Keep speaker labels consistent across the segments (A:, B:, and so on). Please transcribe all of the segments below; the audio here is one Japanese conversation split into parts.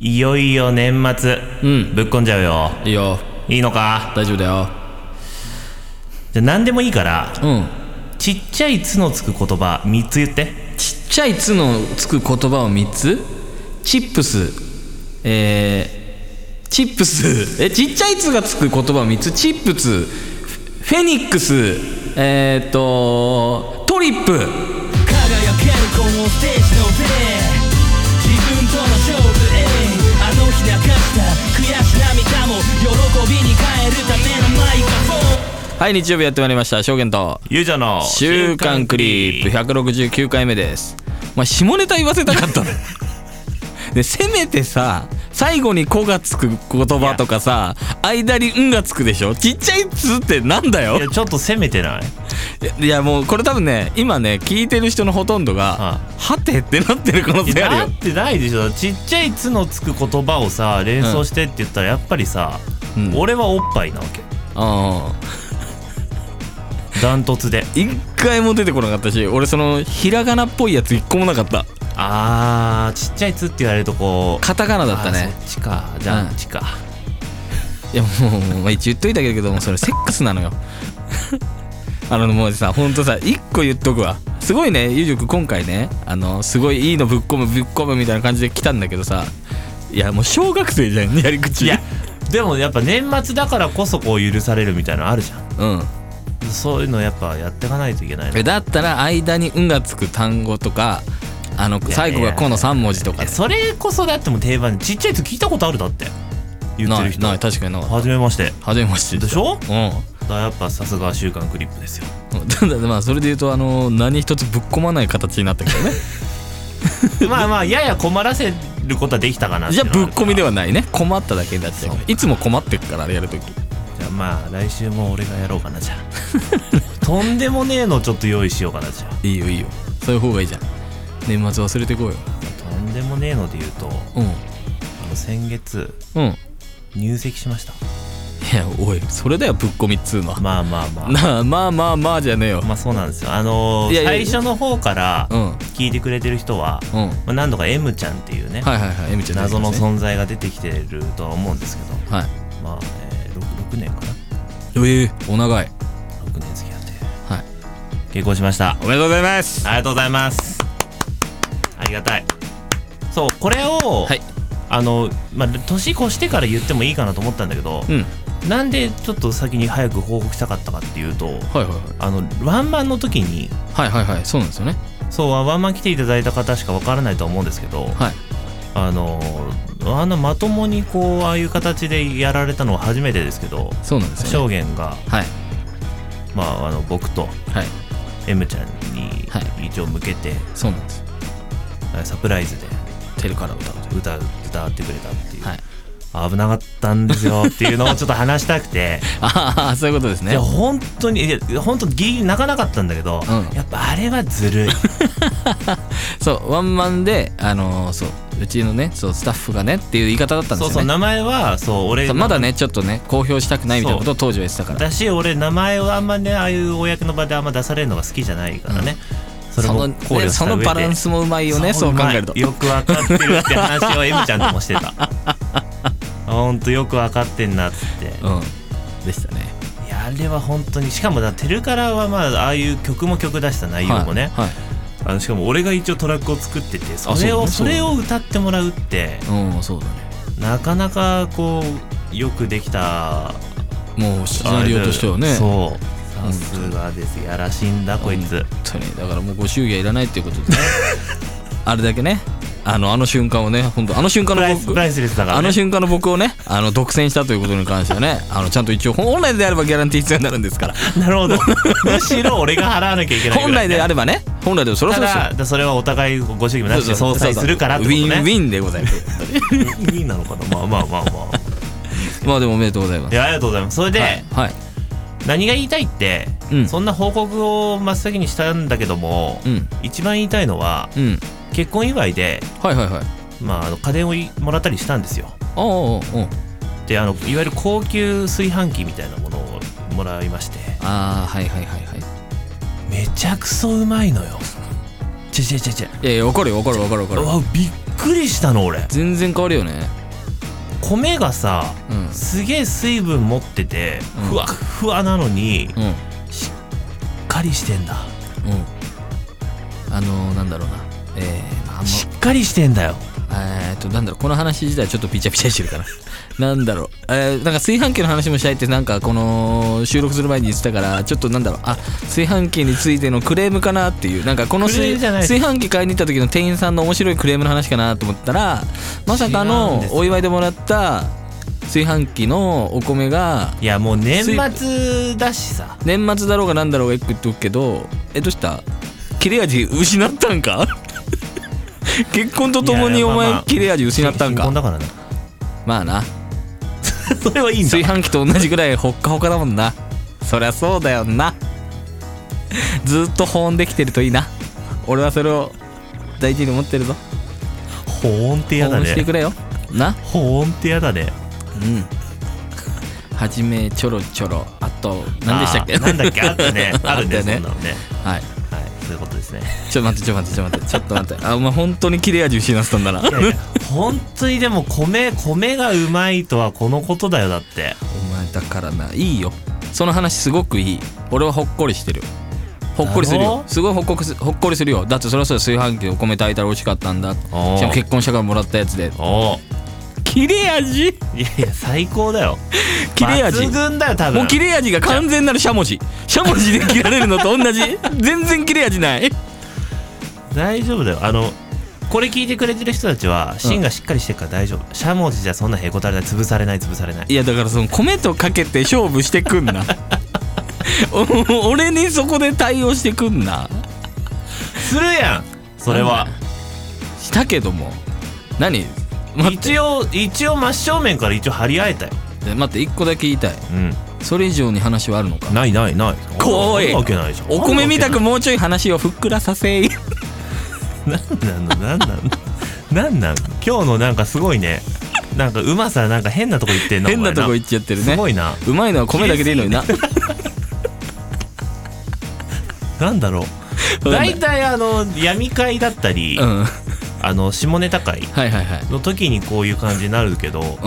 A: いよいよ年末、
B: うん
A: ぶっこんじゃうよ
B: いいよ
A: いいのか
B: 大丈夫だよ
A: じゃあ何でもいいから
B: うん
A: ちっちゃい「つ」のつく言葉3つ言って
B: ちっちゃい「つ」のつく言葉を3つチップスえー、チップスえちっちゃい「つ」がつく言葉を3つチップスフフェニックスえー、っとトリップ
C: 輝けるこのステージの上自分との勝負えいあの日泣かした悔し涙も喜びに変えるためのマイクロフォン
B: はい日曜日やってまいりました証言と
A: ゆうちゃんの
B: 「週刊クリップ」169回目ですまあ下ネタ言わせたかっ たのでせめてさ最後に「子」がつく言葉とかさ間に「ん」がつくでしょちっちゃい「つ」ってなんだよ
A: いやちょっと攻めてない
B: いやいやもうこれ多分ね今ね聞いてる人のほとんどが
A: は
B: 「はて?」ってなってる可能
A: い
B: 性
A: や
B: ある
A: な
B: よ
A: ってないでしょちっちゃい「つ」のつく言葉をさ連想してって言ったらやっぱりさ、
B: うん
A: 俺はおっぱいなわけ
B: う
A: ダントツで
B: ん一回も出てこなかったし俺そのひらがなっぽいやつ一個もなかった
A: あーちっちゃい「つ」って言われるとこう
B: カタカナだった
A: あー
B: ね
A: そっちかじゃあ、
B: うん
A: あっちか
B: いやもうもうまあ一応言っといたけどもうそれセックスなのよ あのもうさほんとさ一個言っとくわすごいねゆうじゅうくん今回ねあのすごいいいのぶっ込むぶっ込むみたいな感じで来たんだけどさいやもう小学生じゃんやり口
A: いやでもやっぱ年末だからこそこう許されるみたいなのあるじゃん
B: うん
A: そういうのやっぱやっていかないといけないな
B: えだったら間に「ん」がつく単語とかあの
A: いや
B: 最後が「こ」の3文字とか
A: えそれこそだってもう定番ちっちゃいやつ聞いたことあるだって言って
B: な
A: る
B: い
A: 人
B: ない確かにな
A: 初めまして
B: 初めまして
A: でしょ
B: うん
A: だからやっぱさすが「週刊クリップ」ですよ
B: ただまあそれで言うとあの何一つぶっ込まない形になったけどね
A: まあまあやや困らせることはできたかな
B: じゃあぶっ込みで
A: は
B: はないね困っただけだっちゃういつも困ってくからあれやるとき
A: じゃあまあ来週も俺がやろうかなじゃ あとんでもねえのちょっと用意しようかなじゃ
B: いいよいいよそういう方がいいじゃん年末忘れてこうよ
A: あとんでもねえので言うと
B: う
A: あの先月
B: んうんい
A: 入籍しました
B: やおいそれだよぶっ込みっつうのは
A: まあまあまあ
B: なあまあまあまあじゃねえよ
A: まあそうなんですよあのー
B: いやいやいや
A: 最初の方から
B: うんうん
A: 聞いてくれてる人は、
B: はい
A: まあ、何度か M ちゃんっていうね、
B: はいはいえみちゃん
A: 謎の
B: そ
A: 存在が出てきてるとは思うんですけど
B: はい
A: まあ、えー、6, 6年かな
B: ええお長い
A: 6年付き合って
B: はい
A: 結婚しました
B: おめでとうございます
A: ありがとうございますありがたいそうこれを、
B: はい
A: あの、まあ、年越してから言ってもいいかなと思ったんだけど、
B: うん
A: なんでちょっと先に早く報告したかったかっていうと
B: はいはい
A: あのワンマンの時に
B: はいはいはいはいそうなんですよね
A: そうワンマン来ていただいた方しかわからないと思うんですけど、
B: はい
A: あのあのまともにこうああいう形でやられたのは初めてですけど
B: そうなんですよ、ね、
A: 証言が、
B: はい
A: まあ、あの僕と
B: はい
A: M ちゃんに
B: は
A: 一応向けて、
B: そうなんです
A: サプライズで
B: テルから歌う
A: 歌う歌ってくれたっていう、
B: はい
A: 危なかったんです よっていうのをちょっと話したくて
B: ああそういうことです
A: い
B: ね
A: や本当にいや本当ギリギリ泣かなかったんだけど、
B: うん
A: やっぱあれはず るい
B: そうワンマンであのーそううちのねそうスタッフがねっていう言い方だったんで
A: そう
B: す
A: そ
B: よ
A: う
B: ね
A: 名前はそう俺
B: そうまだねちょっとね公表したくないみたいなことを当時は言ってたから
A: だし俺名前をあんまねああいう公の場であんま出されるのが好きじゃないからね、それ
B: その
A: も考慮
B: ね
A: した
B: そ
A: 上で
B: のバランスもうまいよねそうう
A: う
B: 考
A: まい
B: えると
A: よくわかってるって話を M ちゃんともして たほんとよくわかってんなっつって
B: うんでしたね
A: いやあれは本当にしかもだテルカラはまあああいう曲も曲出した内容もね、
B: はい、はい
A: あのしかも俺が一応トラックを作っててそれをそ,、
B: そうだね
A: れを歌ってもらうって
B: うんそうだね
A: なかなかこうよくできた
B: もうシナリオとしてはね本
A: そうさすがですやらしいんだこいつ、
B: 当にだからもうご祝儀はいらないっていうこと でねあれだけねあのあの瞬間をね本当あの瞬間
A: プ
B: の
A: ライ
B: 僕
A: スプライスレスだから、ね、
B: あの瞬間の僕をね、あの独占したということに関してはね、あのちゃんと一応本来であればギャランティー必要になるんですから。
A: なるほ どむしろ俺が払わなきゃいけない
B: 本
A: ぐら
B: 来
A: いね
B: であればね、本来でもそろ
A: た
B: そろそう
A: だそれはお互いご主義もなしで相殺するからって
B: ウ
A: こと
B: ィンウ
A: ね
B: ィンでございます。
A: ウィンなのかなまあまあまあまあ
B: まあでもおめでとうございま
A: い
B: す。
A: やありがとうございますそれで、
B: はいはい、
A: 何が言いたいって、
B: うん
A: そんな報告を真っ先にしたんだけども、
B: うん
A: 一番言いたいのは
B: うん、
A: 結婚祝いで、
B: はいはいはい。
A: まあ、あの家電をいもらったりしたんですよ
B: ああ、うん、
A: であのいわゆる高級炊飯器みたいなものをもらいまして
B: ああはいはいはいはい。
A: めちゃくそうまいのよちょちょちょちょ
B: いやいやわかるよわかるわかるわか
A: う
B: る。
A: わびっくりしたの俺
B: 全然変わるよね。
A: 米がさ
B: うん
A: すげえ水分持ってて
B: うん
A: ふわっふわなのに
B: うんうん
A: しっかりしてんだ
B: あのー、なんだろうなえー、まああんま
A: しっかりしてんだよ
B: えーっと、なんだろう、この話自体ちょっとピチャピチャしてるから。なん だろう、えー、なんか炊飯器の話もしたいって、なんかこの収録する前に言ってたから、ちょっとなんだろう、あ、炊飯器についてのクレームかなっていう、なんかこの
A: クレー
B: 炊
A: ムじゃない
B: 炊飯器買いに行った時の店員さんの面白いクレームの話かなと思ったら、まさか
A: 違うん
B: の
A: ですよ
B: お祝いでもらった炊飯器のお米が、
A: いやもう年
B: 水
A: 末だしさ
B: 年末だろうがなんだろうがよく言っとくけど、え、どうした切れ味失ったんか 結婚ととも
A: い
B: に
A: や
B: お
A: まあまあ
B: 前切れ味失ったんか
A: 新婚だからね
B: まあな
A: それはいいんだ
B: 炊飯器と同じぐらいほっかほかだもんなそりゃそうだよなずっと保温できてるといいな俺はそれを大事に思ってるぞ
A: 保温ってや
B: 保
A: だ
B: 温して
A: ね
B: くれよな
A: 保温ってやだね
B: うんはじめちょろちょろあと何でしたっけ
A: あーなんだっけあったねあるね
B: あったね
A: そんなのね
B: はい
A: はいそういうことですね
B: ちょっと待ってちょっと待ってちょっと待ってちょっと待ってあお前本当に切れ味失ってたんだなお
A: いや いや本当にでも米米がうまいとはこのことだよだって
B: 前だからないいよその話すごくいい俺はほっこりしてるほっこりする
A: だろ
B: よすごいほっこりすほっこりするよだってそりゃそうだ炊飯器でお米炊いたら美味しかったんだ
A: おー
B: しかも結婚したからもらったやつで
A: おお
B: 切れ味
A: いやいや最高だよ
B: 切れ味
A: 抜群だよ多分
B: もう切れ味が完全なるしゃもじしゃもじで切られるのと同じ 全然切れ味ない
A: 大丈夫だよあのこれ聞いてくれてる人たちは芯がしっかりしてるから大丈夫、しゃもじじゃそんなへこたれない潰されない潰されない
B: いやだからその米とかけて勝負してくんなお 俺にそこで対応してくんな
A: するやんそれは
B: したけども何待って
A: 一応一応真正面から一応張り合えたよ
B: 待って一個だけ言いたい
A: うん
B: それ以上に話はあるのか
A: ないないない
B: 怖
A: あ
B: い
A: るわけないじゃん
B: お米みたく
A: あるわ
B: もうちょい話をふっくらさせい
A: けないなんなのなんなのなんなん 今日のなんかすごいねなんかうまさなんか 変なとこ行ってんな
B: 変なとこ行
A: っ
B: っちゃって
A: て
B: るね
A: すごいな
B: うまいのは米だけでいいのにな
A: なんだろう
B: わかんない
A: 大体あの闇会だったり、
B: うんはい
A: あの下ネタ会
B: はいはい
A: の時にこういう感じになるけど、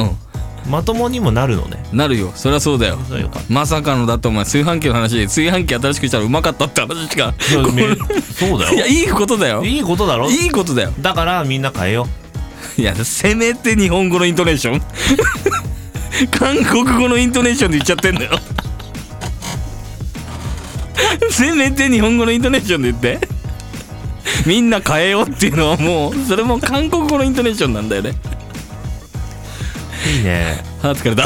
B: う
A: まともにもなるのね
B: んなるよそりゃそうだよ
A: そうよかっ
B: まさかのだってお前炊飯器の話で炊飯器新しくしたらうまかったって話しか
A: たいやめそうだ
B: いや
A: よ
B: いいことだよ
A: いいことだろ
B: いいことだよ
A: だからみんな変えよ
B: いやせめて日本語のイントネーション 韓国語のイントネーションで言っちゃってんだよ せめて日本語のイントネーションで言ってみんな変えようっていうのはもうそれも韓国語のイントネーションなんだよね
A: ういいね
B: あ疲れた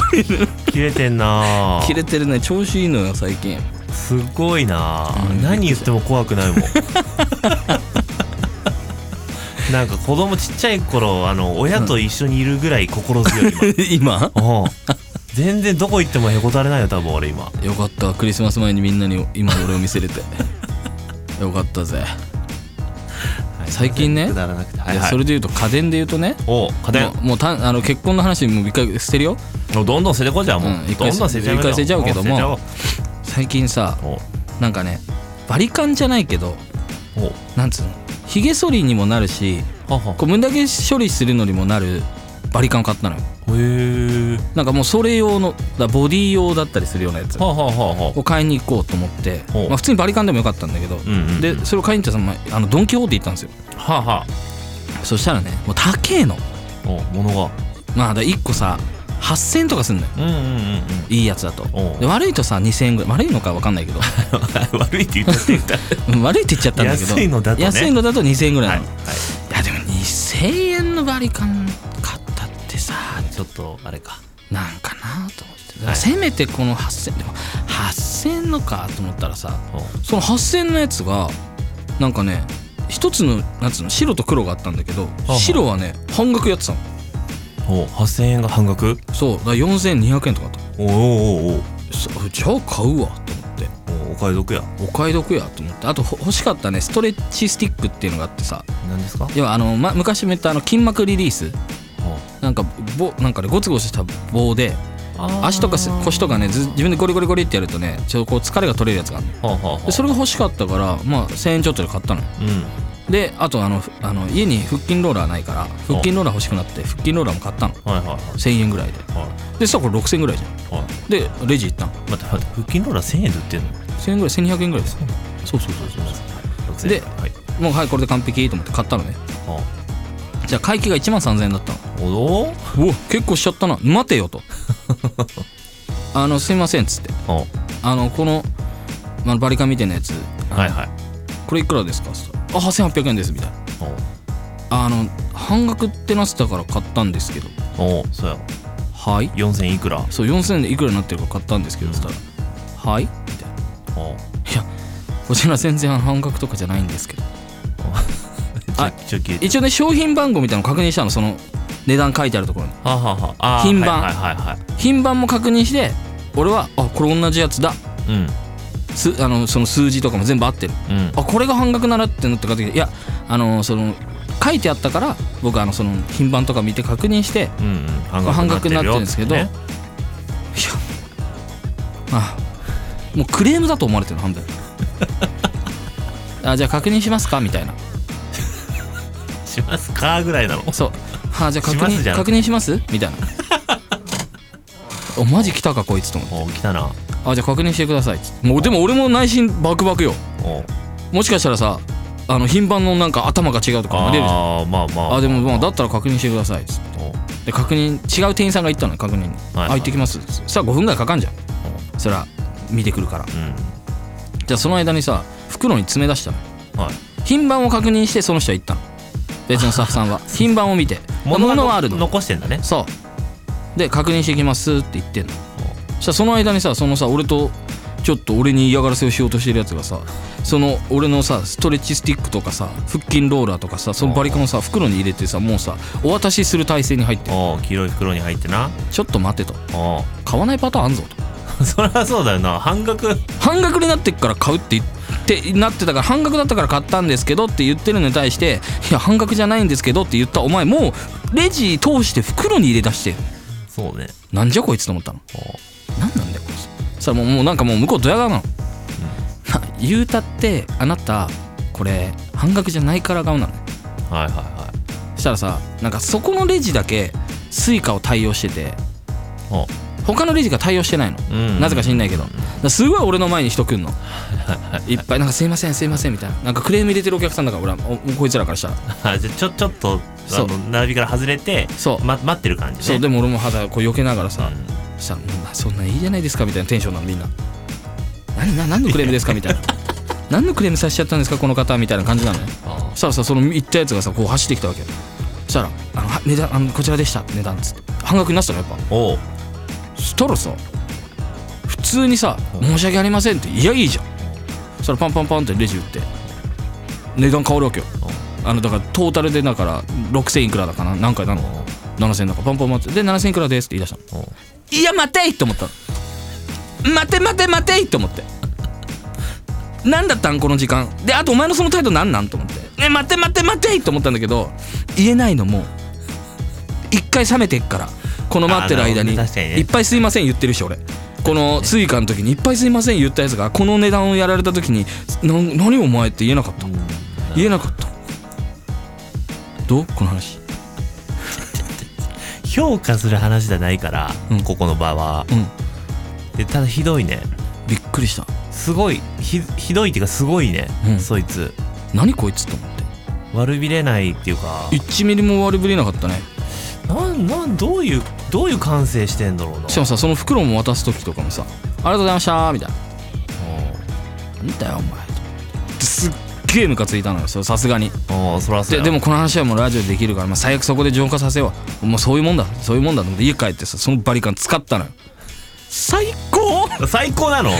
A: 切れてんな
B: 切れてるね調子いいのよ最近
A: すごいな
B: うん
A: 何言っても怖くないもんなんか子供ちっちゃい頃あの親と一緒にいるぐらい心強い今
B: 今
A: うん全然どこ行ってもへこたれないよ多分俺今
B: よかったクリスマス前にみんなに今の俺を見せれ てよかったぜ、最近ね
A: くだらなくてはいい
B: や
A: はい
B: それで言うと家電で言うとね
A: お家電
B: もうもうたんあの結婚の話もう一回捨てるよ
A: もうどんどん捨ててこうじゃんもう、
B: うん一
A: ど
B: 回
A: んどん捨てちゃうよ
B: 一回捨てちゃうけども
A: ん捨て
B: 最近さ
A: ちゃおう
B: なんかねバリカンじゃないけど
A: おう
B: なんつうのひげ剃りにもなるし
A: おうはは
B: こう分だけ処理するのにもなるバリカンを買ったのよ
A: へえ
B: なんかもうそれ用のだボディ用だったりするようなやつ
A: はあはあはあはあ
B: を買いに行こうと思って、
A: ほう
B: まあ、普通にバリカンでもよかったんだけど、
A: うんうん
B: でそれを買いに行ったらまああのドン・キホーテ行ったんですよ
A: はあはあ
B: そしたらねもう高えの
A: お物が
B: まあだ1個さ8000円とかすんのよ
A: うんうんうんうん
B: いいやつだと
A: おう
B: で悪いとさ2000円ぐらい悪いのか分かんないけど
A: 悪いって言ったって 言った
B: うん悪いって言っちゃったんだけど
A: 安いのだとね
B: 安いのだと2000円ぐら
A: はいい、
B: なの、い、
A: は
B: やでも2000円のバリカン買ったってさ
A: い、ちょっとあれか
B: なんかなと思って、
A: はい
B: せめてこの8000円でも8000円のかと思ったらさ
A: おう
B: その8000円のやつがなんかね一つのなんつうの白と黒があったんだけど
A: あはあ
B: 白はね半額やってたの
A: おう8000円が半額
B: そうだから4200円とかだっ
A: おうおうおう
B: たそじゃあ買うわと思って
A: おうお買い得や
B: お買い得やと思ってあとほ欲しかったねストレッチスティックっていうのがあってさ
A: 何ですか
B: 要はあの、ま、昔も言ったあの筋膜リリース
A: おう
B: なんかぼなんかねゴツゴツした棒で
A: あ
B: 足とかす腰と
A: か
B: かねず自分でゴリゴリゴリってやるとねちょっとこう疲れが取れるやつがあるの
A: はあはあは
B: で
A: あ
B: それが欲しかったからまあ1000円ちょっとで買ったの
A: うん
B: であとあのふあの家に腹筋ローラーないから腹筋ローラー欲しくなって腹筋ローラーも買ったの
A: はいはいはい
B: 1000円ぐらいで
A: はい
B: でさこれ6000円ぐらいじゃん
A: はい
B: でレジ行ったの
A: 待って待って腹筋ローラー1000円で売ってんの
B: 1000円ぐらい1200円ぐらいですそうそうそうそう
A: 6000円
B: で
A: はい
B: もうはいこれで完璧と思って買ったのね
A: は
B: じゃあ会計が1万3000円だったの
A: あおお
B: お結構しちゃったな待てよ とあのすいませんっつって
A: は
B: あのこの、まあ、バリカンみたいなやつ
A: あはいはい
B: これいくらですかっつったらあ8800円ですみたいなあの半額ってなってたから買ったんですけど
A: おおおそうや
B: はい
A: 4000いくらは
B: そう4000円でいくらになってるか買ったんですけどっつったらはいみたい
A: あ
B: ないやこちら全然半額とかじゃないんですけどあ
A: ちょちょ消えて
B: 一応ね商品番号みたいなの確認したのその値段書いてあるところに
A: はあはあはああー
B: 品番
A: はいはいはいはい
B: 品番も確認して俺はあこれ同じやつだ
A: うん
B: すあのその数字とかも全部合ってる
A: うん
B: あこれが半額ならってなって買ってきていやあのその書いてあったから僕あのその品番とか見て確認していや
A: うんうん
B: 半額になってるんですけど
A: ね
B: あもうクレームだと思われてるの 半分あじゃあ確認しますかみたいな
A: しますかぐらいなの
B: そうあじゃあ確
A: しますじ
B: 認
A: ゃん
B: 確認します みたいなおマジ来たかこいつと思って
A: おお来たな
B: あじゃあ確認してくださいっつってもうでも俺も内心バクバクよ
A: おう
B: もしかしたらさあの品番のなんか頭が違うとかもありえるじゃん
A: あーまあまあ
B: あでもまあだったら確認してくださいっつって
A: おう
B: で確認違う店員さんが行ったのよ確認に「
A: はいはい
B: あ行ってきます」そしたら5分ぐらいかかんじゃんそりゃ見てくるから
A: う
B: じゃあその間にさ袋に詰め出したのよ
A: んはい
B: 品番を確認してその人は行ったの別のスタッフさんは品番を見て
A: 物
B: 物は
A: は
B: あ
A: あ
B: る
A: る
B: の
A: 残してんだね
B: そうで確認してきますって言ってんのそしたらその間にさそのさ俺とちょっと俺に嫌がらせをしようとしてるやつがさその俺のさストレッチスティックとかさ腹筋ローラーとかさそのバリカンをさ袋に入れてさもうさお渡しする体勢に入ってる
A: おう黄色い袋に入ってな
B: ちょっと待てと
A: お う
B: 買わないパターンあんぞと
A: そりゃそうだよな半額
B: 半額になってっから買うって言ってなってたから半額だったから買ったんですけどって言ってるのに対していや半額じゃないんですけどって言ったお前もうレジ通して袋に入れ出して
A: そうね
B: なんじゃこいつと思ったの
A: おう
B: なんなんだよこいつさあもうもうなんかもう向こうドヤ顔なの、 言うたってあなたこれ半額じゃないから顔なの
A: はいはいはい
B: そしたらさなんかそこのレジだけスイカを対応してて
A: おう
B: 他のレジが対応してないの、
A: うん
B: なぜか知んないけどだからすごい俺の前に人来ん のいっぱいなんか「すいませんすいません」みたいななんかクレーム入れてるお客さんだから俺はおこいつらからしたら
A: あじゃあちょちょっとあ
B: そう
A: の並びから外れて
B: そう
A: ま、待ってる感じね
B: そうでも俺も肌こう避けながらさ、
A: うん
B: そしたらもうな「そんなんいいじゃないですか」みたいなテンションなのみんな「何な何のクレームですか」みたいな 「何のクレームさせちゃったんですかこの方」みたいな感じなのね
A: あ
B: そしたらさその行ったやつがさこう走ってきたわけよそしたら「あのは値段あのこちらでした値段」っつって半額になってたのやっぱ
A: おう
B: そしたらさ普通にさ「申し訳ありません」って「いやいいじゃん」そしたらパンパンパンってレジ打って値段変わるわけよあのだからトータルでだから6000いくらだかな何回なの7000だからパンパンパンってで7000いくらですって言い出したの
A: おう
B: いや待ていと思ったの待て待て待ていと思って何だったんこの時間であとお前のその態度何なんと思って、ね、待て待て待ていと思ったんだけど言えないのも一回冷めてっからこの待ってる間に
A: あーなるほどね確かにね
B: いっぱいすいません言ってるし俺このスイカの時にいっぱいすいません言ったやつがこの値段をやられた時にな何お前って言えなかった言えなかったどうこの話
A: 評価する話じゃないから、
B: うん
A: ここの場は
B: うん
A: でただひどいね
B: びっくりした
A: すごいひひどいっていうかすごいね、
B: うん
A: そいつ
B: 何こいつと思って
A: 悪びれないっていうか
B: 1ミリも悪ぶれなかったね
A: なんなんどういうどういう感性してんだろうな
B: しかもさその袋も渡す時とかもさ「ありがとうございました」みたいな「なんだよお前」と思ってすっげえムカついたのよそれさすがに
A: ああそらそ
B: で
A: ら
B: でもこの話はもうラジオでできるから、まあ、最悪そこで浄化させようもうそういうもんだそういうもんだと思って家帰ってさそのバリカン使ったのよ最高
A: 最高なの
B: も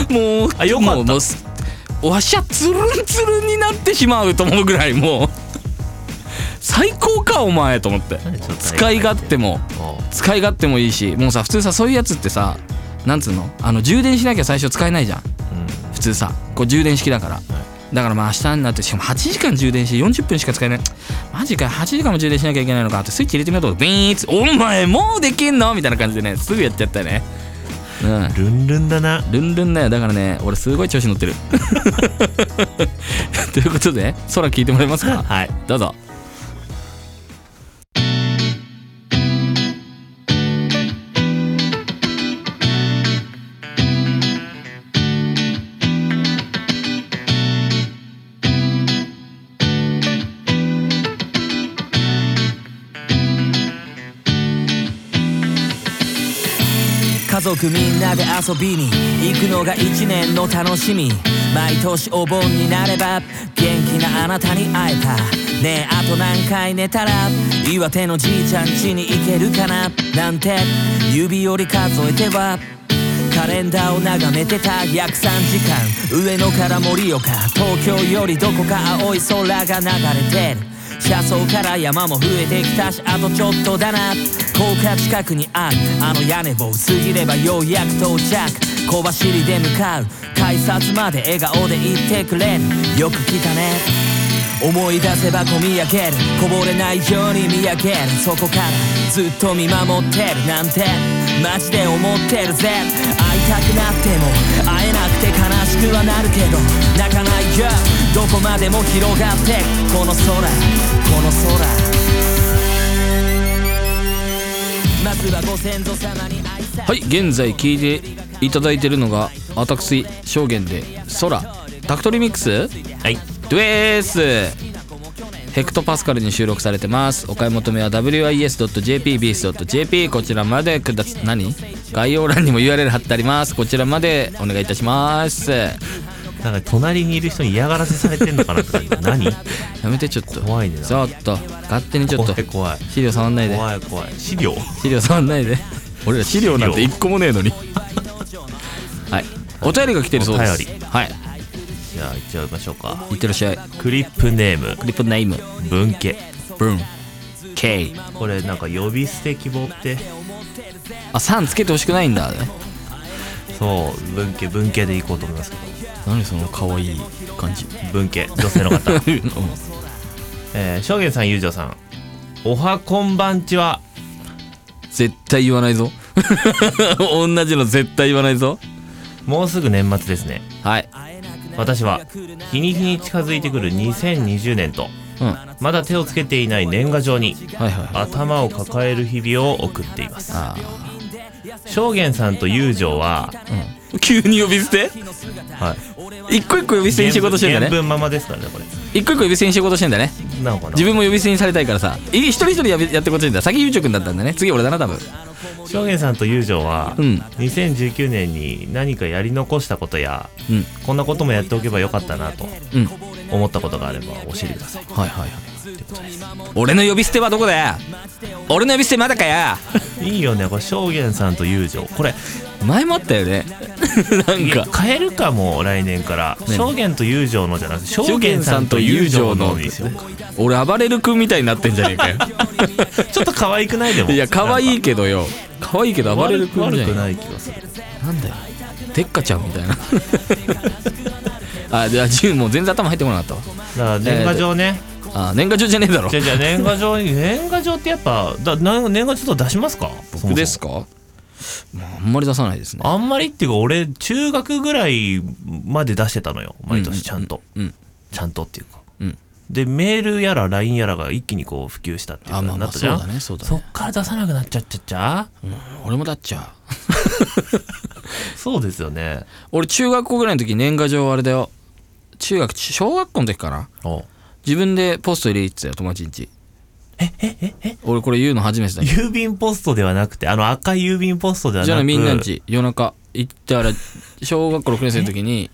B: う
A: あよかった
B: もうもうすわしゃつるんつるんになってしまうと思うぐらいもう最高かお前と思って
A: 何ちょっと
B: 使い勝手も
A: おう
B: 使い勝手もいいしもうさ普通さそういうやつってさなんつうのあの充電しなきゃ最初使えないじゃん
A: うん
B: 普通さこう充電式だから、だからまあ明日になってしかも8時間充電して40分しか使えないマジかよ8時間も充電しなきゃいけないのかってスイッチ入れてみようと思ってビーンっつってお前もうできんの?」みたいな感じでねすぐやっちゃったよねうん
A: ルンルンだな
B: ルンルンだよだからね俺すごい調子乗ってる ということで空聞いてもらえますか
A: はい
B: どうぞ
C: 家族みんなで遊びに行くのが一年の楽しみ毎年お盆になれば元気なあなたに会えたねえあと何回寝たら岩手のじいちゃん家に行けるかななんて指折り数えてはカレンダーを眺めてた約3時間上野から盛岡東京よりどこか青い空が流れてる車窓から山も増えてきたしあとちょっとだな高架近くにあるあの屋根を過ぎればようやく到着小走りで向かう改札まで笑顔で行ってくれるよく来たね思い出せばこみ上げるこぼれないように見上げるそこからずっと見守ってるなんてマジで思ってるぜ会いたくなっても会えなくて悲しくはなるけど泣かないよどこまでも広がってくこの空この空まずはご先祖様に愛され
B: はい現在聞いていただいてるのが私証言で空タクトリミックス
A: はい
B: ドゥエースヘクトパスカルに収録されてますお買い求めは wis.jpbs.jp こちらまでくださ何概要欄にも URL 貼ってありますこちらまでお願いいたしますや
A: なんか隣にいる人に嫌がらせされてんのかなって 感じ何
B: めてちょっと
A: 怖いね
B: ちょっと勝手にちょっ
A: 怖
B: と
A: い怖い
B: 資料触んないで
A: 怖い怖い資料
B: 資料触んないで俺ら資料なんて一個もねえのにはいお便りが来てるそうで
A: お
B: す
A: 便
B: はい
A: じゃあ行っちゃいましょうか
B: いってらっしゃい
A: クリップネーム
B: クリップネーム
A: 文家
B: ブン K
A: これなんか呼び捨て希望って
B: あさんつけてほしくないんだ
A: そう文家文家で行こうと思いますけ
B: 何その可愛い感じ
A: ど文家女性の方
B: う
A: えー、証言さん、ゆうじょうさん、おはこんばんちは。
B: ん 絶対言わないぞ 同じの絶対言わないぞ
A: もうすぐ年末ですね。
B: はい
A: 私は、日に日に近づいてくる2020年と、
B: うんはい
A: まだ手をつけていない年賀状に、
B: はいはい
A: 頭を抱える日々を送っています。
B: あ
A: 証言さんとゆうじょうは、
B: ー急に呼び捨て
A: はい。
B: 一個一個呼び捨てにしようとしてんだ
A: 原
B: ね
A: 文ままですからね、これ。
B: 一個一個呼び捨てにしようとしてんだね
A: なのかな
B: 自分も呼び捨てにされたいからさい一人一人やべやってことだ先ゆうちょくんだったんだね次俺だな多分
A: 証言さんとゆうじょうは、
B: うん
A: 2019年に何かやり残したことや、
B: うん
A: こんなこともやっておけばよかったなと
B: うん
A: 思ったことがあれば教えてください。
B: はいはいはい俺の呼び捨てはどこだよ俺の呼び捨てまだかよ
A: いいよねこれ証言さんと友情これ
B: 前もあったよね なんか
A: 変えるかも来年から
B: ね
A: 証言と友情のじゃなくて証言さんと友情のにしようか
B: 俺暴れる君みたいになってんじゃねえか よ
A: ちょっと可愛くないでも
B: いや可愛
A: い
B: いけどよ可愛いけど暴れる
A: 悪く
B: 君じ
A: 悪
B: ゃ
A: く
B: ん
A: ない気がする
B: なんだよてっかちゃんみたいな あじゃあ10もう全然頭入ってこなかった
A: だから年賀状ね
B: わあ年賀状じゃねえだろ
A: じゃあじゃあ年賀状に年賀状ってやっぱだな年賀状と出しますかそもそも
B: ですかまああんまり出さないですね
A: あんまりっていうか俺中学ぐらいまで出してたのよ毎年ちゃんと、
B: うん
A: ちゃんとっていうか
B: うん
A: でメールやら LINE やらが一気にこう普及したっていう
B: あ
A: か
B: まあま
A: な
B: あ
A: った
B: そ
A: じ
B: う
A: ゃん
B: だねそうだ
A: そ
B: ね
A: っから出さなくなっちゃっちゃっちゃ
B: 俺もだっちゃう
A: そうですよね
B: 俺中学校ぐらいの時年賀状あれだよ中学小学校の時かな自分でポスト入れてたよ友達んちええええ俺これ言うの初めてだけど
A: 郵便ポストではなくてあの赤い郵便ポストではなく
B: じゃあみんなのち夜中行ったら小学校6年生の時に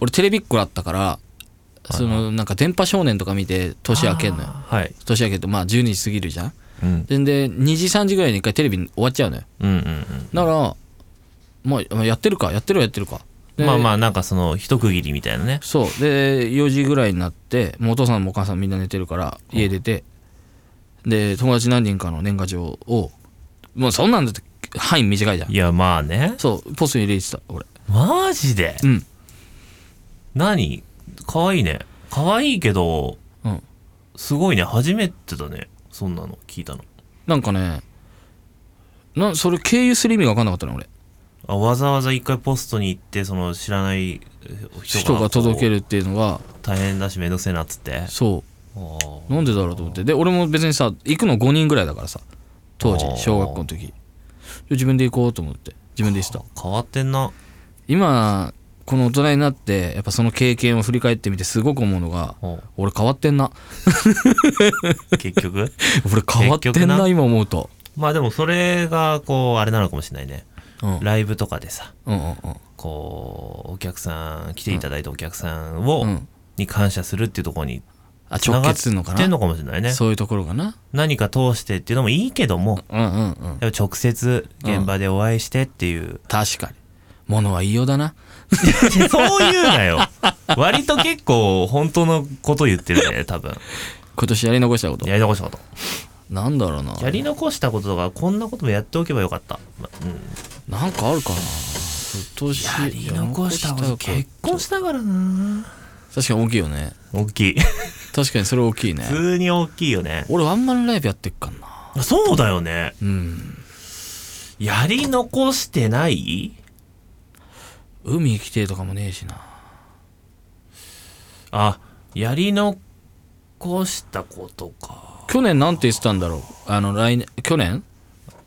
B: 俺テレビっ子だったからそのなんか電波少年とか見て年明けんのよ
A: はい、
B: 年明けてまあ12時過ぎるじゃん
A: うん、
B: でで2時3時ぐらいに一回テレビ終わっちゃうのよ
A: うんうんうん
B: だからまあまあやってるかやってるはやってるかで
A: まあまあなんかその一区切りみたいなね
B: そうで4時ぐらいになってもうお父さんもお母さんみんな寝てるから家出て、で友達何人かの年賀状をもうそんなんだって範囲短いじゃん
A: いやまあね
B: そうポストに入れてた俺
A: マジで
B: うん
A: 何可愛いね可愛いけど
B: うん
A: すごいね初めてだねそんなの聞いたの
B: なんかねなそれ経由する意味が分かんなかったの俺
A: あわざわざ一回ポストに行ってその知らない
B: 人が届け
A: る
B: るっていうのは
A: 大変だしめんどくせえなっつって
B: そ
A: あー
B: うなんでだろうと思ってで俺も別にさ行くの5人ぐらいだからさ当時
A: あー
B: 小学校の時で自分で行こうと思って自分でした
A: 変わってんな
B: 今この大人になってやっぱその経験を振り返ってみてすごく思うのが
A: お
B: 俺変わっ てんな
A: 結局
B: 俺変わって
A: 結
B: ん
A: 局
B: な
A: な
B: 今思うと
A: まあでもそれがこうあれなのかもしれないね
B: うんうん
A: ライブとかでさ
B: うんうん
A: こうお客さん来ていただいたお客さんを、
B: うん
A: に感謝するっていうところに
B: あ
A: 繋
B: 直
A: が
B: 結するのか
A: って
B: なん
A: のかもしれないね
B: そういうところかな
A: 何か通してっていうのもいいけども
B: うんうんうん
A: やっぱ直接現場でお会いしてっていう、
B: 確かに物は言いようだな
A: そういうなよ割と結構本当のこと言ってるね多分
B: 今年やり残したこと
A: やり残したこと
B: なんだろうな
A: やり残したこととかこんなこともやっておけばよかった、まうん
B: なんかあるかな今年や
A: 結婚したからな
B: 確かに大きいよね
A: 大きい
B: 確かにそれ大きいね
A: 普通に大きいよね
B: 俺ワンマンライブやってっかんな
A: そうだよね
B: うん
A: やり残してない
B: 海行きてえとかもねえしな
A: あやり残したことか
B: 去年なんて言ってたんだろうあの来年去年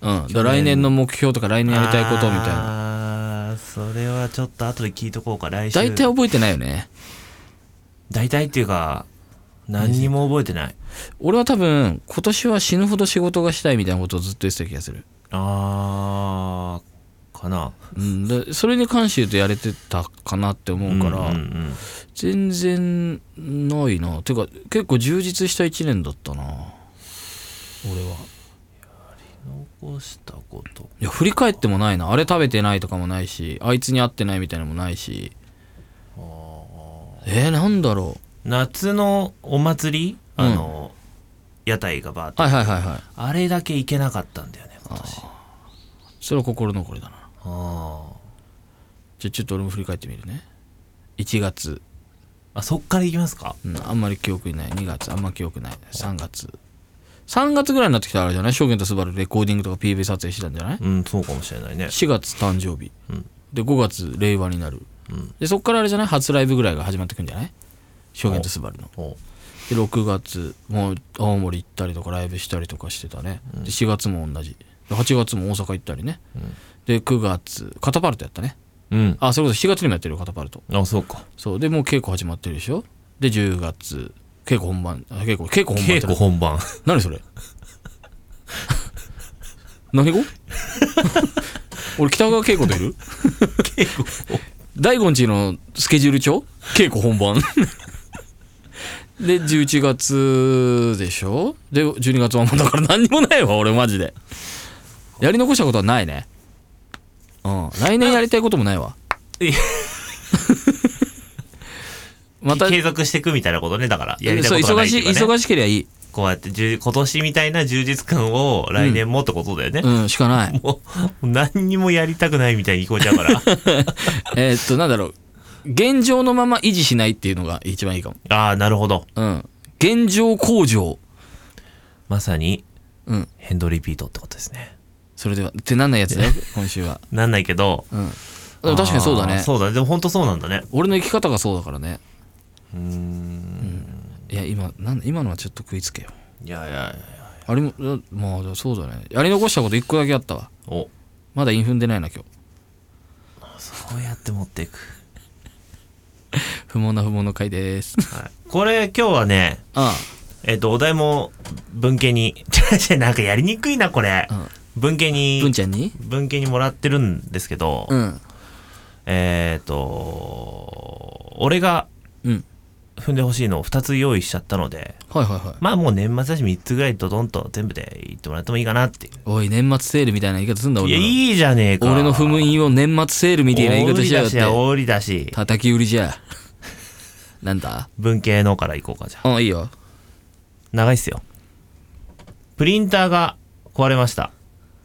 B: うんだ来年の目標とか来年やりたいことみたいな
A: なそれはちょっと後で聞いとこうか来週
B: 大体覚えてないよね
A: 大体っていうか何にも覚えてない
B: 俺は多分今年は死ぬほど仕事がしたいみたいなことをずっと言ってた気がする
A: あーかな
B: うんでそれに関して言うとやれてたかなって思うから、
A: うんうん
B: 全然ないなてか結構充実した1年だったな俺は
A: うん、残したこと
B: いや振り返ってもないなあれ食べてないとかもないしあいつに会ってないみたいなのもないしえー、なんだろ
A: 夏のお祭り
B: うん
A: あの、屋台がバーっ
B: う
A: て
B: はいはいはいはい
A: あれだけ行けなかったんだよね今年あ
B: それは心残りだな
A: あ
B: じゃあちょっと俺も振り返ってみるね1月、
A: あそっから行きますか
B: うん、あんまり記憶にない2月あんま記憶ない3月3月ぐらいになってきたらあれじゃない証言とスバルレコーディングとか PV 撮影してたんじゃない
A: うんそうかもしれないね
B: 4月誕生日、
A: うん
B: で5月令和になる、
A: うん
B: でそっからあれじゃない初ライブぐらいが始まってくんじゃない証言とスバルの
A: お
B: で6月もう青森行ったりとかライブしたりとかしてたね、で4月も同じで8月も大阪行ったりね、
A: ん
B: で9月カタパルトやったね
A: うん
B: あそれこそ7月にもやってるよカタパルト
A: あそうか
B: そうでもう稽古始まってるでしょで10月稽古本番あ稽古稽古本番
A: 稽古本番
B: 何それ何語俺北川景子といる
A: 稽古
B: 大悟んちのスケジュール帳稽古本番で11月でしょで12月はもうだから何にもないわ俺マジでやり残したことはないねうん来年やりたいこともないわ
A: いや
B: ま た
A: 継続していくみたいなことねだからやりたいこと
B: そう
A: がな
B: 忙
A: いって
B: し
A: いうかね
B: 忙しければいい、
A: こうやって充今年みたいな充実感を来年もってことだよね、
B: うん、しかない
A: もう何にもやりたくないみたいに聞こえちゃうから
B: えーっとなんだろう現状のまま維持しないっていうのが一番いいかも
A: ああなるほど
B: うん現状向上
A: まさに
B: うん
A: ヘンドリピートってことですね
B: それではってなんないやつだよ今週は
A: なんないけど
B: うんでも確かにそう だ
A: あー
B: ね
A: そうだねでも本当そうなんだね
B: 俺の生き方がそうだからね
A: うーん
B: いや今なん今のはちょっと食いつけよ
A: いやいやいや
B: あれもあまあでもそうだねやり残したこと1個だけあったわ
A: お
B: まだインフンでないな今日
A: そうやって持っていく、
B: 不毛な不毛の回です
A: はい、これ今日はね
B: あ
A: えっ、とお題も文献に 違う違うなんかやりにくいなこれ、
B: あうん
A: 文献に
B: 文ちゃんに
A: 文献にもらってるんですけど、
B: うん
A: えっ、と俺が
B: うん
A: 踏んでほしいのを2つ用意しちゃったので
B: はいはいはい
A: まあもう年末だし3つぐらいドドンと全部で言ってもらってもいいかなっていう
B: おい年末セールみたいな言い方すんだ
A: いや
B: 俺の
A: いいじゃねえか
B: 俺の不無印を年末セールみたいな言い方しやがっ
A: お
B: て
A: おりだし
B: 叩き売りじゃ なんだ
A: 文系のからいこうかじゃあ
B: あいいよ
A: 長いっすよプリンターが壊れました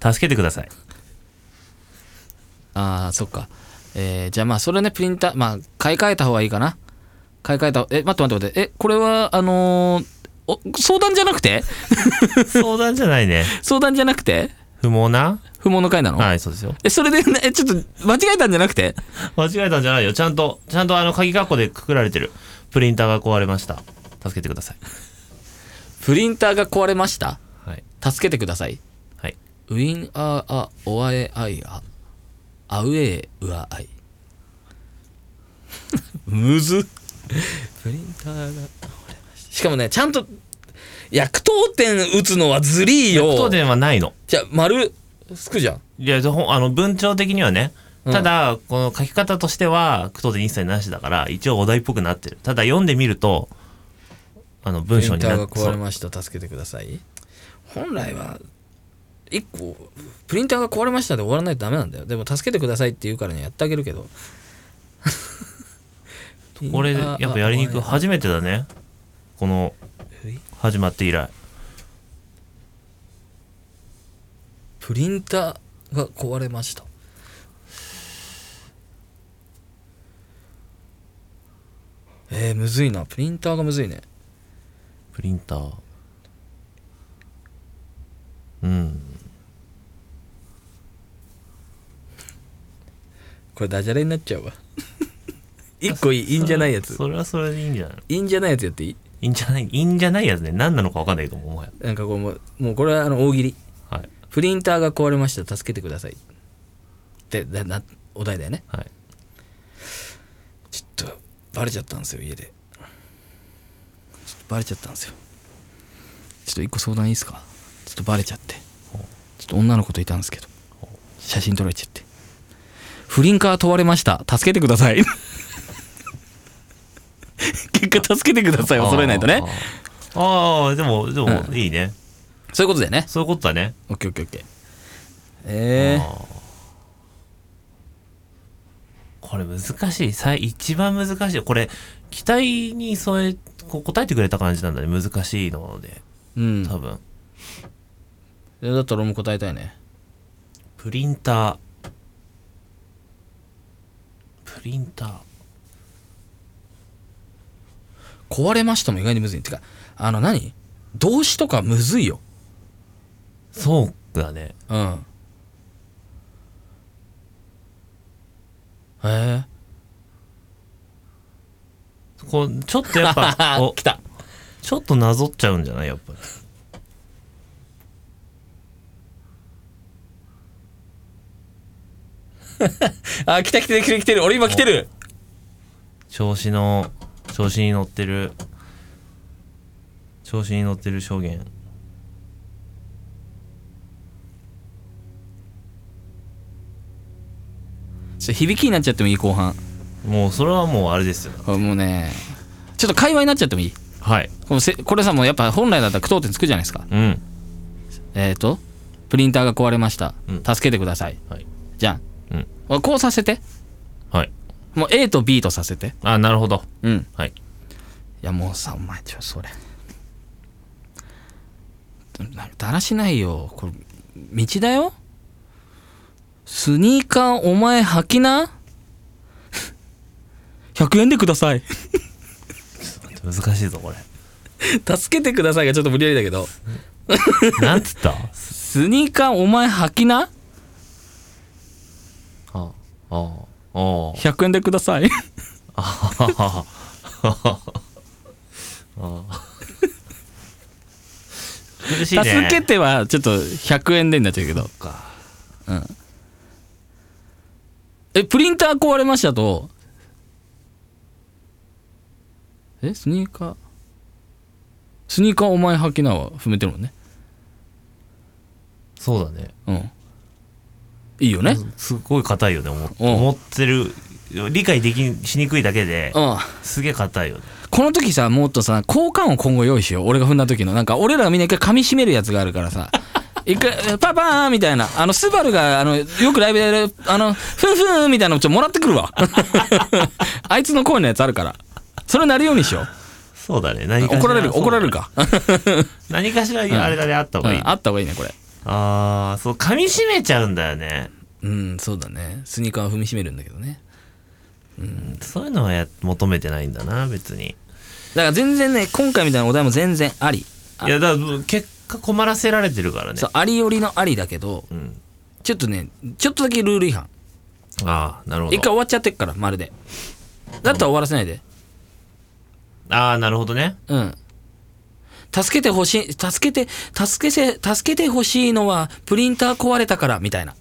A: 助けてくだ さい
B: ああそっかえー、じゃあまあそれはねプリンターまあ買い替えた方がいいかな買い替えたえ待って待って待ってえこれはあのーお相談じゃなくて
A: 相談じゃないね
B: 相談じゃなくて
A: 不毛な
B: 不毛の回なの、
A: はい、そうですよ。
B: えそれでえちょっと間違えたんじゃなくて
A: 間違えたんじゃないよ。ちゃんと、ちゃんとあの、鍵括弧でくくられてる。プリンターが壊れました。助けてください。
B: プリンターが壊れました
A: はい。
B: 助けてください
A: はい。
B: ウィンアーアオアエアイアアウェーウアアイ むずっプリンターが折れましたしかもねちゃんと薬糖点打つのはずりーよ
A: 不当点はないの。
B: じゃあ丸つくじゃん
A: いや、ほんあの、文章的にはね。
B: うん
A: ただ、この書き方としては、句読点一切なしだから、一応お題っぽくなってる。ただ、読んでみると、あの、
B: プ
A: 文
B: リ
A: 章
B: ン
A: に
B: タ
A: な
B: ー
A: っ
B: が
A: て
B: 壊れました助けてください本来は一個プリンターが壊れましたで終わらないとダメなんだよでも助けてくださいって言うからにはやってあげるけど
A: これ、やっぱやりにくい。初めてだね。この、始まって以来。
B: プリンターが壊れましたえー、むずいなプリンターがむずいね
A: プリンター。うん。
B: これダジャレになっちゃうわ一個いいいいんじゃないやつ
A: それはそれでいいんじゃないの
B: いいんじゃないやつやっていい
A: いいんじゃないいいんじゃないやつね。何なのか分かんないけども、もはや。
B: なんかこうもうもうこれはあの大喜利
A: はい。
B: プリンターが壊れました助けてくださいってだなお題だよね
A: はい。
B: ちょっとバレちゃったんですよ家でちょっとバレちゃったんですよちょっと一個相談いいですかちょっとバレちゃってちょっと女の子といたんですけど写真撮られちゃって不倫から問われました助けてください 結果助けてくださいを揃えないとね
A: あー。あーでも、でも、
B: うん
A: いいね。
B: そういうことだよね
A: そういうことだね。
B: オッケーオッケーオッケーえ
A: あーこれ難しい。さい一番難しい。これ、期待に添え、こう答えてくれた感じなんだね。難しいので、
B: ー、うん
A: 多分。
B: それだったら俺も答えたいね
A: プリンター。プリンター。
B: 壊れましたも意外にむずいてかあの何動詞とかむずいよ
A: そうだね。
B: うんへえ
A: こうちょっとやっ ぱ、お
B: 来た
A: ちょっとなぞっちゃうんじゃないやっぱり。
B: あ来た来てる来てる来てる俺今来てる
A: 調子の、調子に乗ってる、調子に乗ってる証言。
B: ちょ響きになっちゃってもいい後半
A: もうそれはもうあれですよ。
B: あもうねちょっと会話になっちゃってもいい
A: はい。
B: このせこれさもうやっぱ本来だったら句読点つくじゃないですか
A: うん。
B: えっ、ー、とプリンターが壊れました、
A: うん
B: 助けてください
A: はい。
B: じゃ
A: うん。
B: あこうさせて
A: はい。
B: もう A と B とさせて
A: あ、なるほど。
B: うん
A: はい。
B: いやもうさお前ちょそれなだらしないよこれ道だよスニーカーお前履きな100円でください
A: 難しいぞ、これ。
B: 助けてくださいがちょっと無理やりだけど
A: なんつった
B: スニーカーお前履きな
A: あ、あ、あ、
B: 100円でください
A: あ。苦しいね。
B: 助けてはちょっと100円でになっちゃうけど
A: か。
B: えプリンター壊れましたとえスニーカースニーカーお前履きなは踏めてるもんね
A: そうだね。
B: うんいいよね
A: すごい硬いよね、思っ
B: うん
A: 思ってる。理解できんしにくいだけで
B: う、ん
A: すげえ硬いよね。
B: この時さもっとさ交換を今後用意しよう俺が踏んだ時のなんか俺らがみんな一回噛み締めるやつがあるから さ一回パパーンみたいなあのスバルがあのよくライブでやるあのフンフンみたいなのちょっともらって くるわあいつの声のやつあるからそれなるようにしよう
A: そうだね。何かしら
B: 怒られる
A: そう
B: 怒られるか
A: 何かしらあれだね、あった方がいい。
B: うん、あ
A: あ
B: った方がいいねこれ
A: あー、そう、噛み締めちゃうんだよね。
B: うんそうだねスニーカーを踏みしめるんだけどね
A: そういうのはや求めてないんだな、別に。
B: だから全然ね今回みたいなお題も全然ありあ
A: いや、だから結果困らせられてるからね
B: そうありよりのありだけど
A: うん
B: ちょっとねちょっとだけルール違反
A: ああなるほ
B: 一回
A: ど
B: 終わっちゃってっからまるでだったら終わらせないで
A: ああなるほどね
B: うん助けてほしい助けて助けせ助けてほしいのはプリンター壊れたからみたいなこ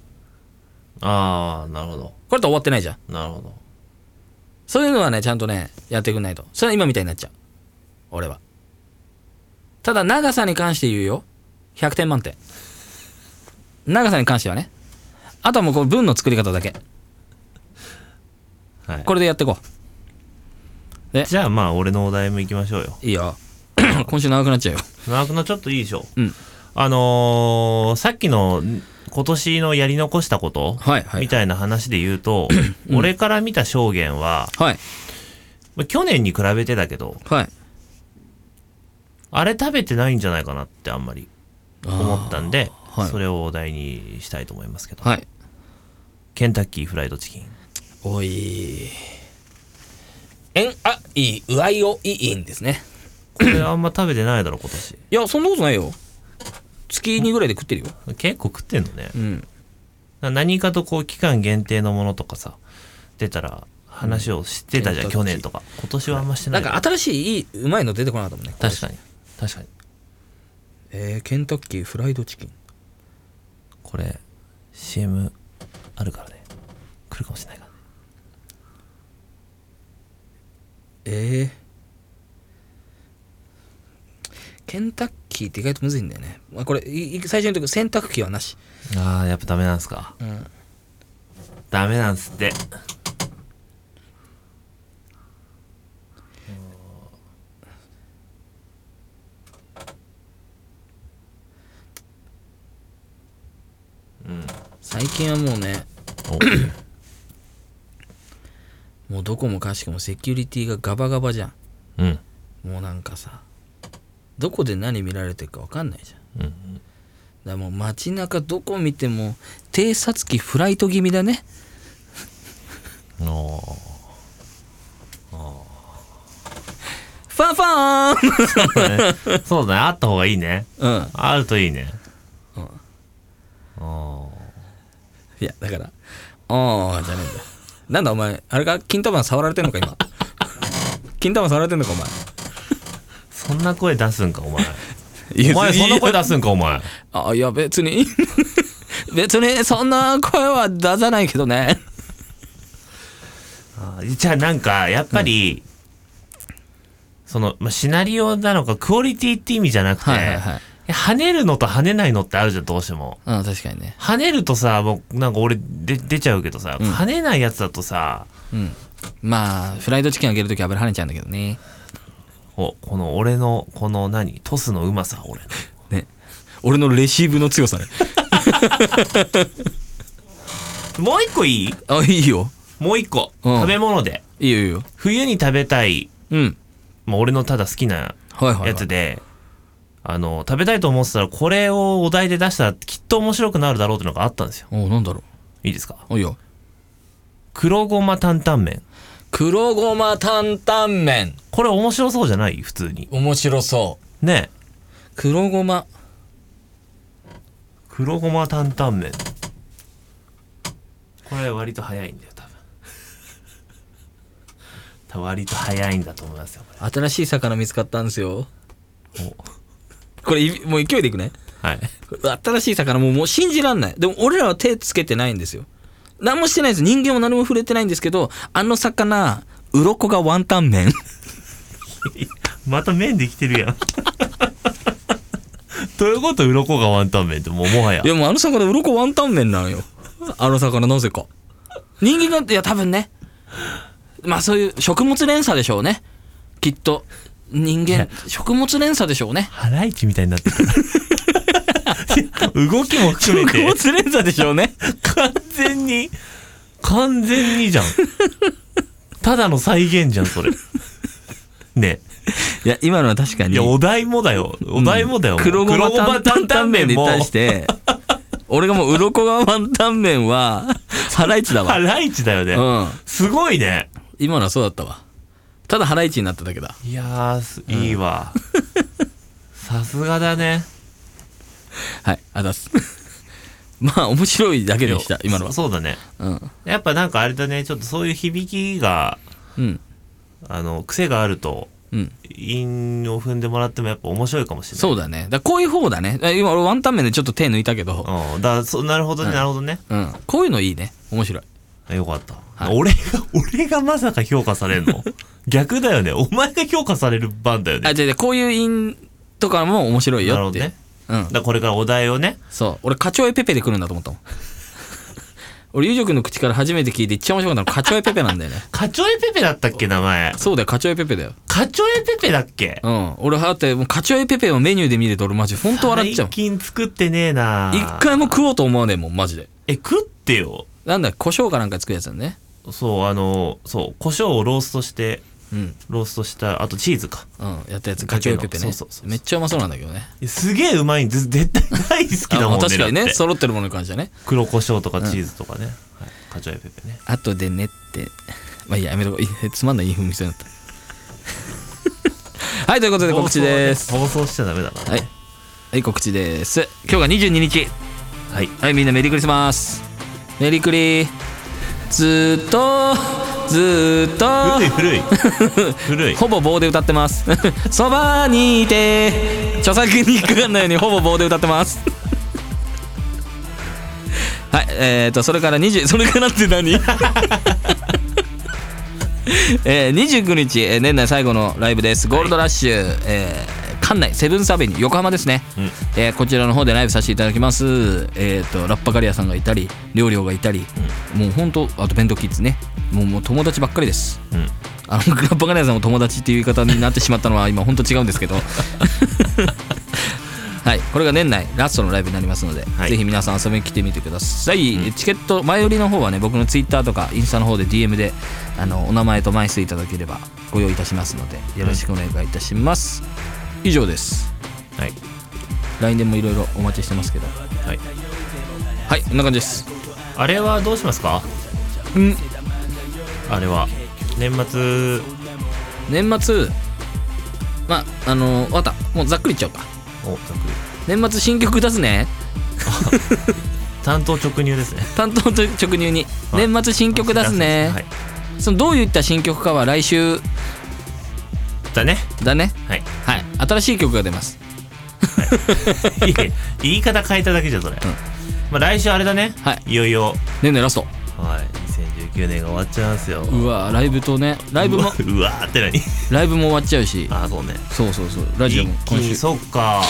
A: ああなるほど
B: れと終わってないじゃん
A: なるほど
B: そういうのはねちゃんとねやってくんないとそれは今みたいになっちゃう俺はただ長さに関して言うよ100点満点長さに関してはねあとはもうこの文の作り方だけ
A: はい
B: これでやっていこ
A: じゃあまあ俺のお題も行きましょうよ
B: ういいよ 今週長くなっちゃうよ
A: 長くなちょっといいでしょ
B: うん
A: あのーさっきのん今年のやり残したこと、
B: はいはい
A: みたいな話で言うと、俺から見た証言は、
B: はい
A: まあ去年に比べてだけど、
B: はい
A: あれ食べてないんじゃないかなってあんまり思ったんで、
B: ーはい
A: それをお題にしたいと思いますけど、
B: はい
A: ケンタッキーフライドチキン。
B: おいえんあいいうあいおいいんですね
A: これあんま食べてないだろ、今年。
B: いやそんなことないよ月にぐらいで食ってるよ
A: 結構食ってんのね。
B: うん
A: な何かとこう期間限定のものとかさ、出たら話をしてたじゃん、
B: うん
A: 去年とか。今年はあんましてな。
B: ないんか新しいいいうまいの出てこなかったもんね
A: 確かに。確かに。
B: えー、ケンタッキーフライドチキン
A: これ CM あるからね来るかもしれないからね
B: えー、ケンタッキーって意外とむずいんだよね、まあ、これいい最初に言うとく洗濯機はなし
A: ああやっぱダメなんすか
B: うん
A: ダメなんすって
B: 最近はもうね
A: お
B: もうどこもかしくもセキュリティがガバガバじゃん
A: うん
B: もうなんかさどこで何見られてるか分かんないじゃん
A: うんうん
B: だからもう街中どこ見ても偵察機フライト気味だね
A: あー
B: ファンファーン
A: そうだねあった方がいいね
B: うん
A: あるといいね
B: うん
A: あ
B: いやだから「ああ」じゃねえんだよなんだお前あれか金玉触られてんの か今金玉触られてんのかお前
A: ーそんな声出すんかお前
B: いや
A: お前そんな声出
B: い
A: すんかお前
B: やあいや別に 別にそんな声は出さないけどね
A: あーじゃあなんかやっぱり、その、まあ、シナリオなのかクオリティって意味じゃなくて、
B: はいはいはい
A: 跳ねるのと跳ねないのってあるじゃんどうしても
B: うん確かにね
A: 跳ねるとさもうなんか俺で出ちゃうけどさ、
B: ん
A: 跳ねないやつだとさ
B: うんまあフライドチキンあげるとき油跳ねちゃうんだけどね
A: おこの俺のこの何トスのうまさ俺の
B: ね俺のレシーブの強さね
A: もう一個いい
B: あいいよ
A: もう一個、
B: うん
A: 食べ物で
B: いいよいいよ
A: 冬に食べたい、
B: うん
A: まあ、俺のただ好きな
B: はいはい、はい、
A: やつで、あの食べたいと思ってたらこれをお題で出したらきっと面白くなるだろうっていうのがあったんですよ
B: おなんだろう
A: いいですか
B: おいいよ
A: 黒ごま担々麺
B: 黒ごま担々麺
A: これ面白そうじゃない普通に
B: 面白そう
A: ねえ
B: 黒ごま
A: 黒ごま担々麺これ割と早いんだよ多分 多分割と早いんだと思いますよこ
B: 新しい魚見つかったんですよ
A: れ
B: これいもう勢いでいくね
A: はい
B: 新しい魚もうもう信じらんないでも俺らは手つけてないんですよ何もしてないです人間も何も触れてないんですけどあの魚鱗がワンタン麺
A: また麺できてるやん どういうこと鱗がワンタン麺ってもうもはや
B: いやもうあの魚鱗ワンタン麺なんよあの魚なぜか人間がいや多分ねまあそういう食物連鎖でしょうねきっと人間食物連鎖でしょうね
A: ハライチみたいになってる動きも
B: 食
A: 含め
B: 物
A: て
B: 連鎖でしょうね
A: 完全に完全にじゃんただの再現じゃんそれね
B: いや今のは確かに
A: いやお題もだよお題もだよ、
B: 黒ごま担々麺に対して、俺がもう、鱗がワンタン麺は、ハライチだ
A: ハ
B: わ。
A: ライチだよね、
B: うん。
A: すごいね
B: 今のはそうだったわ。ただハライチになっただけだ。
A: いやーすいいわさすがだね
B: はいあざっす まあ面白いだけでした今のは
A: そそうだね
B: うん
A: やっぱなんかあれだねちょっとそういう響きが
B: うん
A: あの癖があると
B: うん
A: 韻を踏んでもらってもやっぱ面白いかもしれない
B: そうだねだからこういう方だね今俺ワンタン麺でちょっと手抜いたけど
A: うん、だからそなるほどね、なるほどね
B: うんこういうのいいね面白い
A: あよかった、
B: はい
A: 俺が俺がまさか評価されるの逆だよねお前が評価される番だよね
B: あ違う違うこういう因とかも面白い
A: なる
B: よ
A: ほ
B: っ
A: ど
B: て、
A: ね
B: うん
A: だからこれからお題をね
B: そう俺カチョエペペで来るんだと 思ったもん俺ゆうじょくんの口から初めて聞いて一番面白かったのカチョエペペなんだよね
A: カチョエペペだったっけ名前
B: そうだよカチョエペペだよ
A: カチョエペペだっけ
B: うん俺だってもうカチョエペペをメニューで見ると俺マジ本当笑っちゃう
A: 最近作ってねえな
B: 一回も食おうと思わねえもんマジで
A: え食ってよ
B: なんだ胡椒かなんか作るやつだね
A: そうあのそう胡椒をローストして
B: うん
A: ローストしたあとチーズか
B: うんやったやつカチョエペペね
A: そうそうそう
B: めっちゃうまそうなんだけどね
A: えすげえうまいんです絶対大好きだ
B: あ
A: も
B: ま
A: んね
B: あ確かに
A: だっ
B: ね
A: て
B: 揃ってるものに関してはね
A: 黒胡椒とかチーズとかね、はい、カチョエペペね
B: 後でねってまあいいややめとこういいつまんないいい風味そうになった はいということで告知です
A: 放送ね放送しちゃダメだから
B: はい
A: ね、
B: はい、告知です。今日が22日。
A: はい
B: はい、みんなメリークリスマス。メリークリー。ずーっと、ずーっ
A: 古い
B: と、
A: 古い古い
B: ほぼ棒で歌ってます。 そばにいて、著作に引っかかんないようにほぼ棒で歌ってます。 はい、えーと、それから20、それからって何 えー、29日、えー年内最後のライブです。ゴールドラッシュ、えー館内、セブンスアベニュー、横浜ですね。
A: うん
B: えーこちらの方でライブさせていただきます、えー、とラッパガリアさんがいたり料理がいたり、もうほんとあと弁当キッズねもうもう友達ばっかりです
A: うん
B: あのラッパガリアさんも友達っていう言い方になってしまったのは今ほんと違うんですけど はいこれが年内ラストのライブになりますので、
A: はい
B: ぜひ皆さん遊びに来てみてください、チケット前売りの方はね僕のツイッターとかインスタの方で DM であのお名前と枚数いただければご用意いたしますのでよろしくお願いいたします、以上です
A: はい
B: LINE でもいろいろお待ちしてますけどは
A: はい
B: いこんな感じです
A: あれはどうしますか
B: うん
A: あれは年末
B: 年末まああのわかったもうざっくりいっちゃおうか
A: おざっくり
B: 年末新曲出すね
A: 担当直入ですね
B: 担当と直入に
A: はい
B: 年末新曲出すね、
A: はい
B: そのどういった新曲かは来週
A: だね
B: だね
A: はい
B: はい新しい曲が出ます
A: いや言い方変えただけじゃんそれ、まあ来週あれだね、、
B: はい
A: よいよ
B: 年内ラスト
A: はい2019年が終わっちゃいますよ
B: うわライブとねライブ も
A: うわーって何
B: ライブも終わっちゃうし
A: ああそうね
B: そうそうそうラジオ
A: 一
B: も
A: 気
B: 今
A: に
B: 週
A: そっか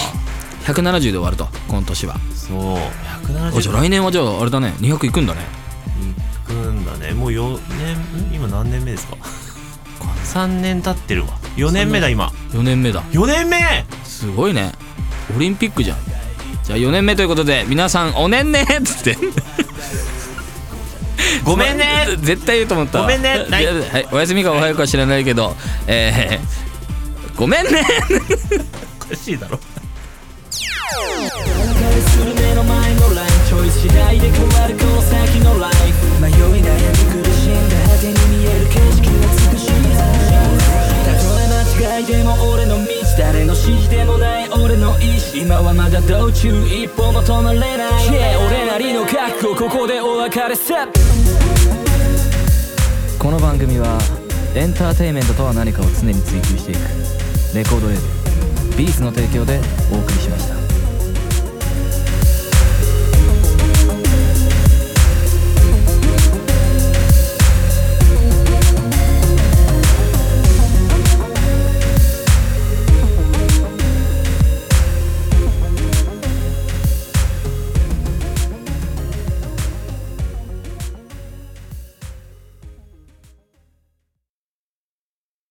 B: 170で終わると今年は
A: そう
B: あじゃ
A: 170
B: あ来年はじゃああれだね200いくんだね
A: 行くんだねもう4年ん今何年目ですか3年経ってるわ4年目だ今
B: 4年目だ
A: 4年目
B: すごいねオリンピックじゃんじゃあ4年目ということで皆さんおねんねっつって
A: ごめんね
B: 絶対言うと思ったわ
A: ごめんね
B: はいはい、お休みかおはようか知らないけど、えー、 ごめんね
A: おかしいだろ
C: する目の前のラインちょい次第で変わるこの先のライフ迷い悩み苦しんだ果てに見える景色は美しいたとえ間違いでも俺の道誰の指示でもない俺の意志今はまだ道中一歩も止まれない Yeah 俺なりの覚悟ここでお別れさ
D: この番組はエンターテインメントとは何かを常に追求していくレコードレーベル「ビーズの提供でお送りしました。